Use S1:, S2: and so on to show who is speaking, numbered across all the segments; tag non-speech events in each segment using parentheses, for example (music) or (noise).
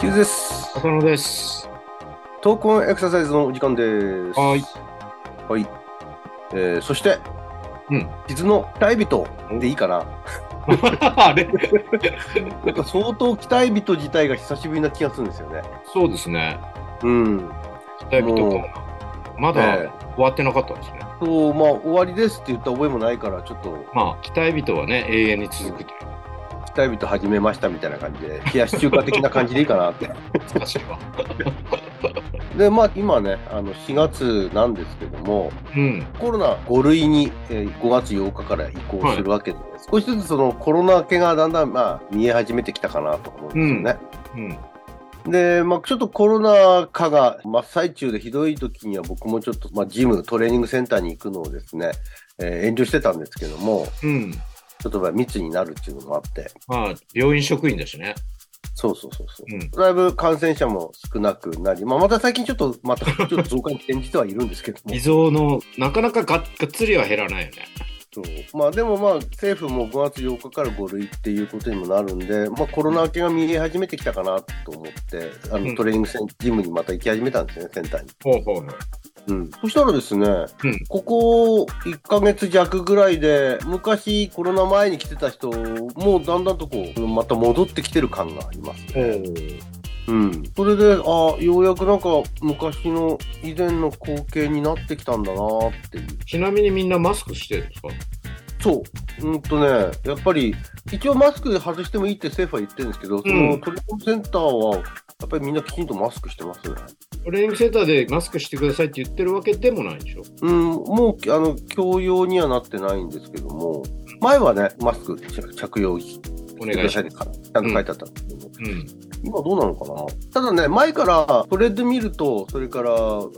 S1: 水です。
S2: 浅野です。
S1: 闘魂エクササイズのお時間です。
S2: はい。
S1: はい。えー、そして、
S2: うん。
S1: 傷の期待人でいいかな。
S2: (laughs) あれ
S1: なんか相当期待人自体が久しぶりな気がするんですよね。
S2: そうですね。
S1: うん。
S2: 期待とかもまだ
S1: え
S2: 終わってなかったんですね。
S1: ーそう、まあ、終わりですって言った覚えもないから、ちょっと
S2: まあ、期待人はね、永遠に続くという
S1: 期待人始めましたみたいな感じで、冷やし中華的な感じでいいかなって。
S2: 難しいわ。
S1: で、まあ、今ね、あの、4月なんですけども、
S2: うん。
S1: コロナ5類に、えー5月8日から移行するわけで、少しずつそのコロナ系がだんだん、まあ、見え始めてきたかなと思うんですよね。
S2: うん。
S1: で、まあ、ちょっとコロナ禍が真っ最中でひどい時には僕もちょっと、まあ、ジム、トレーニングセンターに行くのをですね、えー遠慮してたんですけども、
S2: うん。
S1: ちょっとまあ密になるっていうのもあって、
S2: まあ、病院職員だしね。
S1: そうそうそうそう。
S2: うん。
S1: だいぶ感染者も少なくなり、まあ、また最近ちょっと、またちょっと増加に転じてはいるんですけども
S2: (laughs) 依。存の、なかなかがっがっつりは減らないよね。
S1: そうまあでもまあ政府も5月8日から5類っていうことにもなるんで、まあ、コロナ明けが見え始めてきたかなと思ってあ
S2: うん
S1: のトレーニングセン、ジムにまた行き始めたんですねセンターに、
S2: ほうほうほう。
S1: うん、そしたらですね、
S2: ん
S1: ここ1ヶ月弱ぐらいで昔コロナ前に来てた人もだんだんとこうまた戻ってきてる感があります
S2: お
S1: ね、うん、それであようやくなんか昔の以前の光景になってきたんだなっていう
S2: ちなみにみんなマスクしてるんですか
S1: そう、うんとね、やっぱり一応マスク外してもいいって政府は言ってるんですけど、そのトレコンセンターはやっぱりみんなきちんとマスクしてますね。
S2: トレーニングセンターでマスクしてくださいって言ってるわけでもないでしょ
S1: うん、もうあの教養にはなってないんですけども、前はね、マスク着用して
S2: お
S1: く
S2: 願い
S1: だ
S2: し
S1: さ
S2: ま
S1: い
S2: す。
S1: ってちゃんと書いてあったんですけど、
S2: うん。
S1: 今どうなのかな。ただね、前からトレッドミルと、それからあ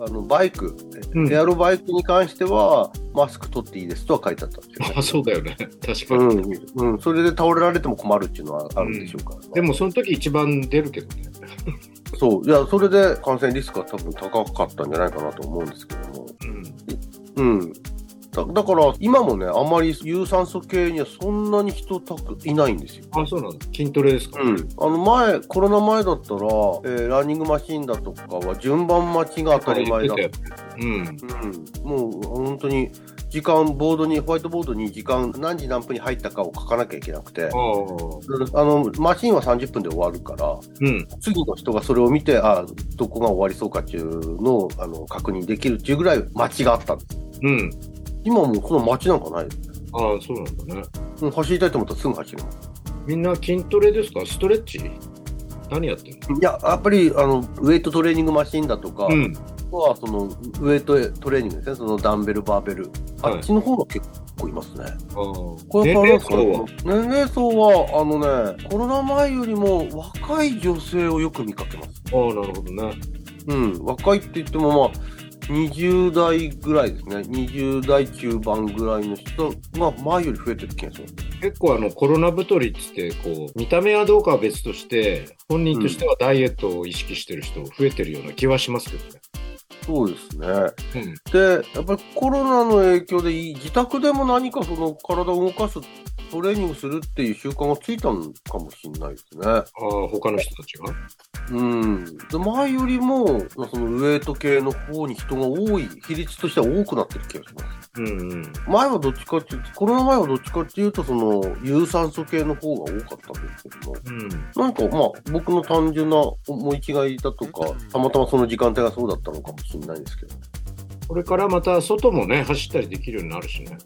S1: のバイク、
S2: うん (laughs)
S1: エアロバイクに関しては、マスク取っていいですとは書いてあったんですよ、ね。
S2: あ、そうだよね。 (laughs) 確か
S1: う
S2: に。
S1: んうん、それで倒れられても困るっていうのはあるんでしょうから、
S2: でも、その時一番出るけどね。
S1: そう、いや、それで感染リスクは多分高かったんじゃないかなと思うんですけども。
S2: うん。
S1: うん。だだから、今もね、あまり有酸素系にはそんなに人たくいないんですよ。
S2: あ、そうなんだ。筋トレですか。
S1: うん。あの前、コロナ前だったら、えーランニングマシーンだとかは順番待ちが当たり前だった。
S2: うん。
S1: うん。もう本当に、時間、ボードに、ホワイトボードに時間、何時何分に入ったかを書かなきゃいけなくて
S2: あ、あ。
S1: あの、マシーンは30分で終わるから、
S2: うん。
S1: 次の人がそれを見て、あどこが終わりそうかっていうのをあの確認できるっていうぐらい待ちがあったんです。
S2: うん。
S1: 今はもうその待ちなんかないよ。
S2: ああ、そうなんだね。
S1: もう走りたいと思ったらすぐ走る。
S2: みんな筋トレですかストレッチ何やってんの
S1: いや、やっぱりあのウェイトトレーニングマシンだとか、
S2: うん。
S1: あとはそのウェイトトレーニングですね、そのダンベル、バーベル、
S2: はい
S1: あっちの方が結構いますね。
S2: ああ。
S1: これ
S2: 年
S1: やっぱな
S2: 齢
S1: ん
S2: 層は
S1: か年齢層は、あのね、コロナ前よりも若い女性をよく見かけます。
S2: ああ、なるほどね。
S1: うん、若いって言ってもまあ20代ぐらいですね20代中盤ぐらいの人が前より増えてる気がします
S2: 結構あの、コロナ太りっつって、こう、見た目はどうかは別として、本人としてはダイエットを意識してる人増えてるような気はしますけ
S1: そうですね
S2: どね。
S1: でやっぱりコロナの影響で自宅でも何かその体を動かすトレーニングするっていう習慣がついたのかもしれないですね
S2: うん。ああ、他の人たちが
S1: うんで前よりもまあそのウェイト系の方に人が多い比率としては多くなってる気がします
S2: うんうん。
S1: 前はどっちかっていうとコロナ前はどっちかっていうとその有酸素系の方が多かったんですけども
S2: うん。
S1: なんかまあ僕の単純な思い違いだとか、たまたまその時間帯がそうだったのかもしれないですけど。
S2: これからまた外もね、走ったりできるようになるしね。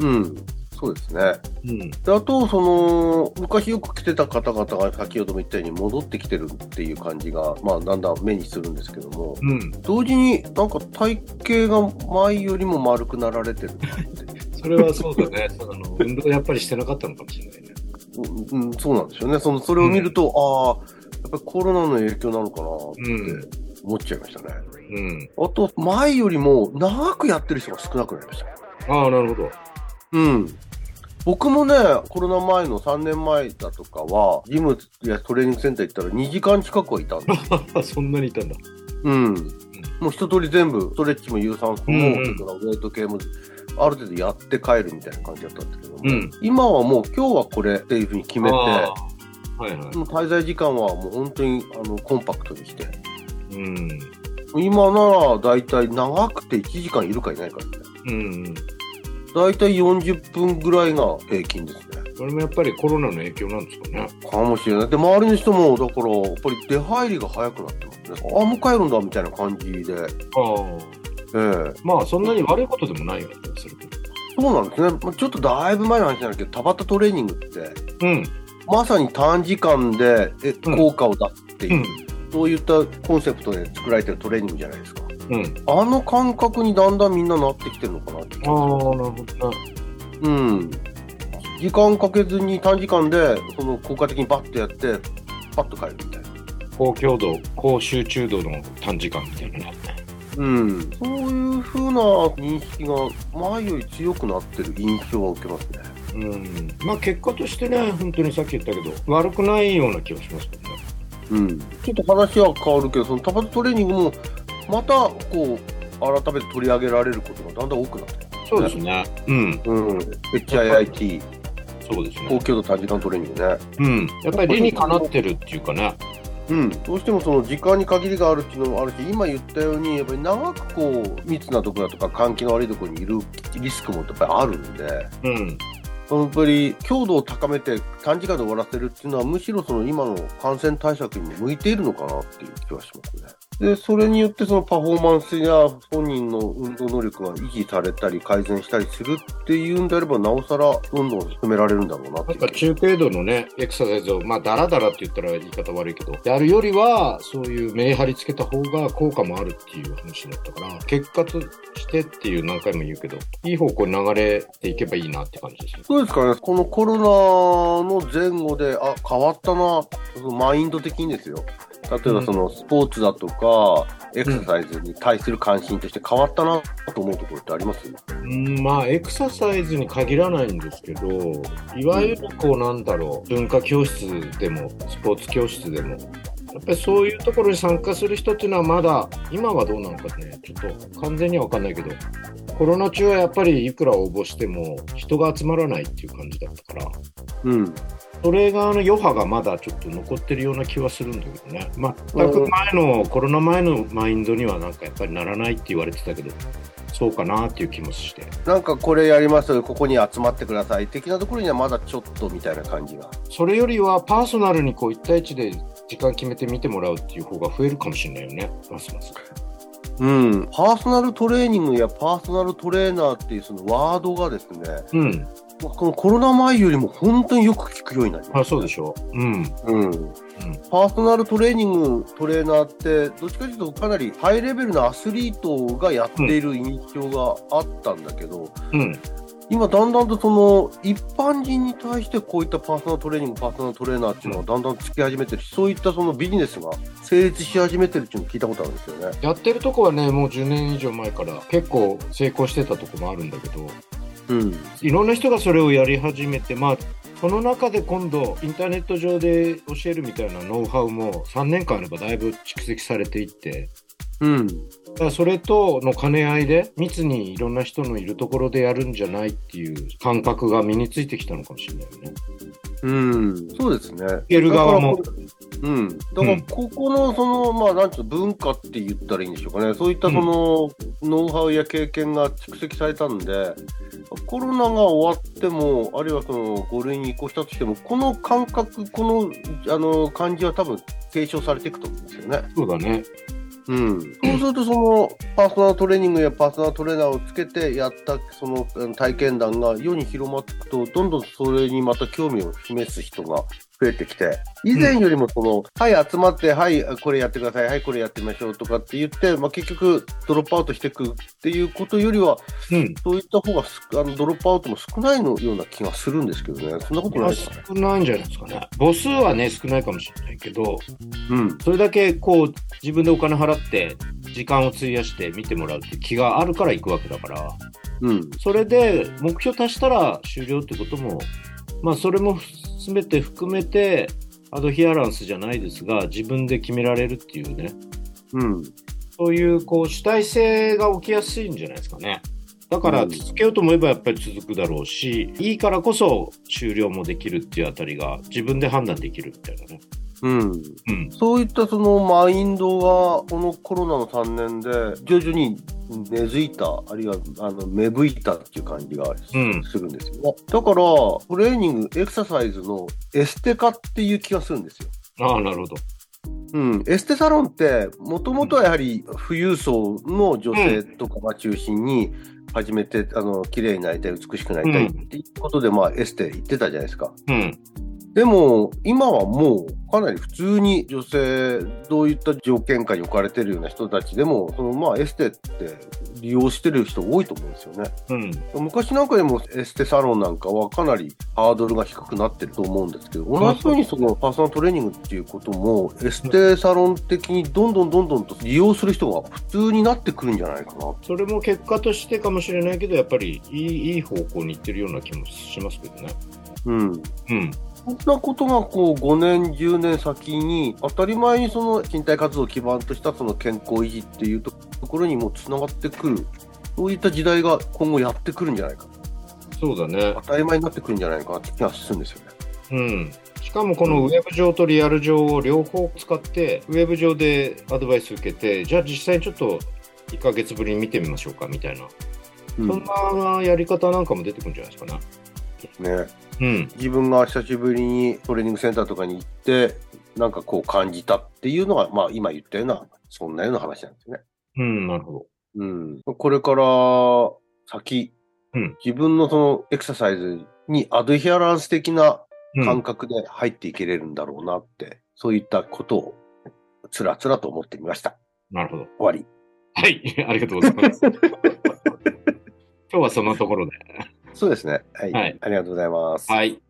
S1: うん。そうですね。
S2: うん。
S1: で、あと、その、昔よく来てた方々が先ほども言ったように戻ってきてるっていう感じが、まあ、だんだん目にするんですけども、
S2: うん。
S1: 同時になんか体型が前よりも丸くなられてるなって。
S2: それはそうだ (laughs) ね。あの運動やっぱりしてなかったのかもしれないね。
S1: うん、うんそうなんですよね。その、それを見ると、ああ、やっぱりコロナの影響なのかなって思っちゃいましたね。
S2: うん。
S1: あと、前よりも長くやってる人が少なくなりました。
S2: ああ、なるほど。
S1: うん。僕もね、コロナ前の3年前だとかは、ジムやトレーニングセンター行ったら2時間近くはいたんです。
S2: あ (laughs) そんなにいたんだ。
S1: うん。もう一通り全部、ストレッチも有酸素
S2: うん
S1: も、
S2: うん
S1: それからウェイト系も、ある程度やって帰るみたいな感じだったんですけども、
S2: うん
S1: 今はもう今日はこれっていうふうに決めて、
S2: あはいはい。
S1: もう滞在時間はもう本当にあのコンパクトにして。
S2: うん。
S1: 今ならだいたい長くて1時間いるかいないかみたいな。
S2: うんうん。
S1: だいたい40分ぐらいが平均ですね。
S2: これもやっぱりコロナの影響なんですかね。
S1: かもしれない。で、周りの人も、だから、やっぱり出入りが早くなってますね。ああ、もう帰るんだ、みたいな感じで。
S2: ああ。
S1: ええ
S2: まあ、そんなに悪いことでもないような気がするけ
S1: そうなんですね。まあちょっとだいぶ前の話になるけど、タバタトレーニングって、
S2: ど。うん。
S1: まさに短時間でえ
S2: うん
S1: 効果を出すっていうう、
S2: ん。
S1: そういったコンセプトで作られてるトレーニングじゃないですか。
S2: うん。
S1: あの感覚にだんだんみんななってきてるのかなって気が
S2: ああ、なるほどな。
S1: うん。時間かけずに短時間で、その効果的にバッとやって、パッと帰るみたいな。
S2: 高強度、高集中度の短時間みたいなね。
S1: うん。そういう風な認識が前より強くなってる印象は受けますね。
S2: うん。まあ、結果としてね、本当にさっき言ったけど、悪くないような気がしますけどね。
S1: うん。ちょっと話は変わるけど、そのタバトレーニングも、また、こう、改めて取り上げられることがだんだん多くなってる。
S2: そうですね。うん。
S1: うん。HIIT、
S2: そうですね
S1: 高。強度短時間トレーニングね。
S2: うん。やっぱり理にかなってるっていうかね。
S1: うん、どうしてもその時間に限りがあるっていうのもあるし、今言ったように、やっぱり長くこう密なところだとか、換気の悪いところにいるリスクもやっぱりあるんで、
S2: うん。
S1: そのやっぱり強度を高めて短時間で終わらせるっていうのは、むしろその今の感染対策にも向いているのかなっていう気はしますね。で、それによってそのパフォーマンスや本人の運動能力が維持されたり改善したりするっていうんであれば、なおさらどんどん進められるんだろうなって
S2: ないん
S1: う
S2: か中程度のね、エクササイズを、まあ、だらだらって言ったら言い方悪いけど、やるよりは、そういう目張りつけた方が効果もあるっていう話だったから、結果としてっていう何回も言うけど、いい方向に流れていけばいいなって感じですね。
S1: そうですかね、このコロナの前後で、あ変わったな、そのマインド的にですよ、例えばそのスポーツだとか、エクササイズに対する関心として変わったなと思うところってあります
S2: うん、まあ、エクササイズに限らないんですけど、いわゆるこう、なんだろう、文化教室でも、スポーツ教室でも、やっぱりそういうところに参加する人っていうのはまだ、今はどうなのかね、ちょっと完全には分かんないけど、コロナ中はやっぱりいくら応募しても人が集まらないっていう感じだったから、
S1: うん、
S2: それがあの余波がまだちょっと残ってるような気はするんだけどね、全く前の、コロナ前のマインドにはなんかやっぱりならないって言われてたけど、そうかなっていう気もして。
S1: なんかこれやりますよ、ここに集まってください的なところにはまだちょっとみたいな感じが。
S2: それよりはパーソナルにこう一対一で時間決めて見てもらうっていう方が増えるかもしれないよね、ますます。
S1: うん、パーソナルトレーニングやパーソナルトレーナーっていうそのワードがですね、
S2: うん、
S1: このコロナ前よりも本当によく聞くようになりました
S2: あそうでしょう。うん、
S1: うんパーソナルトレーニングトレーナーってどっちかというとかなりハイレベルなアスリートがやっている印象があったんだけど、
S2: うん、
S1: 今だんだんとその一般人に対してこういったパーソナルトレーニングパーソナルトレーナーっていうのがだんだんつき始めてるしそういったそのビジネスが成立し始めてるっていうのを聞いたことあるんですよね。
S2: やってるとこはね、もう10年以上前から結構成功してたとこもあるんだけど、
S1: うん
S2: いろんな人がそれをやり始めて、まあ、その中で今度、インターネット上で教えるみたいなノウハウも3年間あればだいぶ蓄積されていって、
S1: うん
S2: だからそれとの兼ね合いで密にいろんな人のいるところでやるんじゃないっていう感覚が身についてきたのかもしれないよね。
S1: うん、そうですね。
S2: ける側も
S1: だからこれ。うん。だか
S2: う
S1: ら
S2: ん、
S1: ここの、その、まあ、なんつうの文化って言ったらいいんでしょうかね。そういった、その、ノウハウや経験が蓄積されたんで、コロナが終わっても、あるいはその、5類に移行したとしても、この感覚、この、あの、感じは多分、継承されていくと思うんですよね。
S2: そうだね。
S1: うん、そうするとそのパーソナルトレーニングやパーソナルトレーナーをつけてやったそのうん体験談が世に広まっていくとどんどんそれにまた興味を示す人が増えてきて以前よりもその、はい集まってはいこれやってくださいはいこれやってみましょうとかって言って、まあ、結局ドロップアウトしていくっていうことよりは
S2: うん。
S1: そういった方がすあのドロップアウトも少ないのような気がするんですけどねそんなことないですかね。
S2: 少ないんじゃないですかね。母数はね、少ないかもしれないけど、
S1: うん
S2: それだけこう、自分でお金払って、時間を費やして見てもらうっていう気があるから行くわけだから、
S1: うん
S2: それで目標達したら終了ってことも、まあ、それも全て含めて、アドヒアランスじゃないですが、自分で決められるっていうね、
S1: うん
S2: そういうこう主体性が起きやすいんじゃないですかね。だから
S1: うん
S2: 続けようと思えばやっぱり続くだろうし、いいからこそ終了もできるっていうあたりが自分で判断できるみたいなね。
S1: うん、
S2: うん。
S1: そういったそのマインドがこのコロナの3年で徐々に根付いたあるいはあの芽吹いたっていう感じがす
S2: うん
S1: するんですよ、ねだからトレーニングエクササイズのエステ化っていう気がするんですよ。
S2: ああ、なるほど。
S1: うん、エステサロンってもともとはやはり富裕層の女性とかが中心に始めて、あの綺麗になりたい美しくなりたいっていうことで、まあ、エステ行ってたじゃないですか。
S2: うん。
S1: でも、今はもう、かなり普通に女性、どういった条件下に置かれてるような人たちでも、そのまあエステって利用してる人多いと思うんですよね。
S2: うん。
S1: 昔なんかでもエステサロンなんかはかなりハードルが低くなってると思うんですけど、同じようにそのパーソナルトレーニングっていうことも、エステサロン的にどんどんどんどんと利用する人が普通になってくるんじゃないかな。
S2: それも結果としてかもしれないけど、やっぱりいいいい方向に行ってるような気もしますけどね。
S1: うん。
S2: うん。
S1: そんなことがこう5年、10年先に当たり前にその身体活動を基盤としたその健康維持っていうところにもつながってくる、そういった時代が今後やってくるんじゃないか、
S2: そうだね
S1: 当。たり前になってくるんじゃないかなって気がするんですよね。
S2: うん。しかもこのウェブ上とリアル上を両方使って、ウェブ上でアドバイス受けて、じゃあ実際にちょっと1ヶ月ぶりに見てみましょうかみたいな、
S1: うん
S2: そんなやり方なんかも出てくるんじゃないですかね。
S1: ね
S2: うん。
S1: 自分が久しぶりにトレーニングセンターとかに行って、なんかこう感じたっていうのが、まあ今言ったような、そんなような話なんですよね。
S2: うん、なるほど。
S1: うん、これから先、
S2: うん
S1: 自分のそのエクササイズにアドヒアランス的な
S2: うん
S1: 感覚で入っていけれるんだろうなって、そういったことをつらつらと思ってみました。
S2: なるほど。
S1: 終わり。
S2: はい、 (laughs) ありがとうござ
S1: (laughs)
S2: います。今日はそのところで。
S1: そうですね。はい。
S2: はい
S1: ありがとうございます。
S2: はい。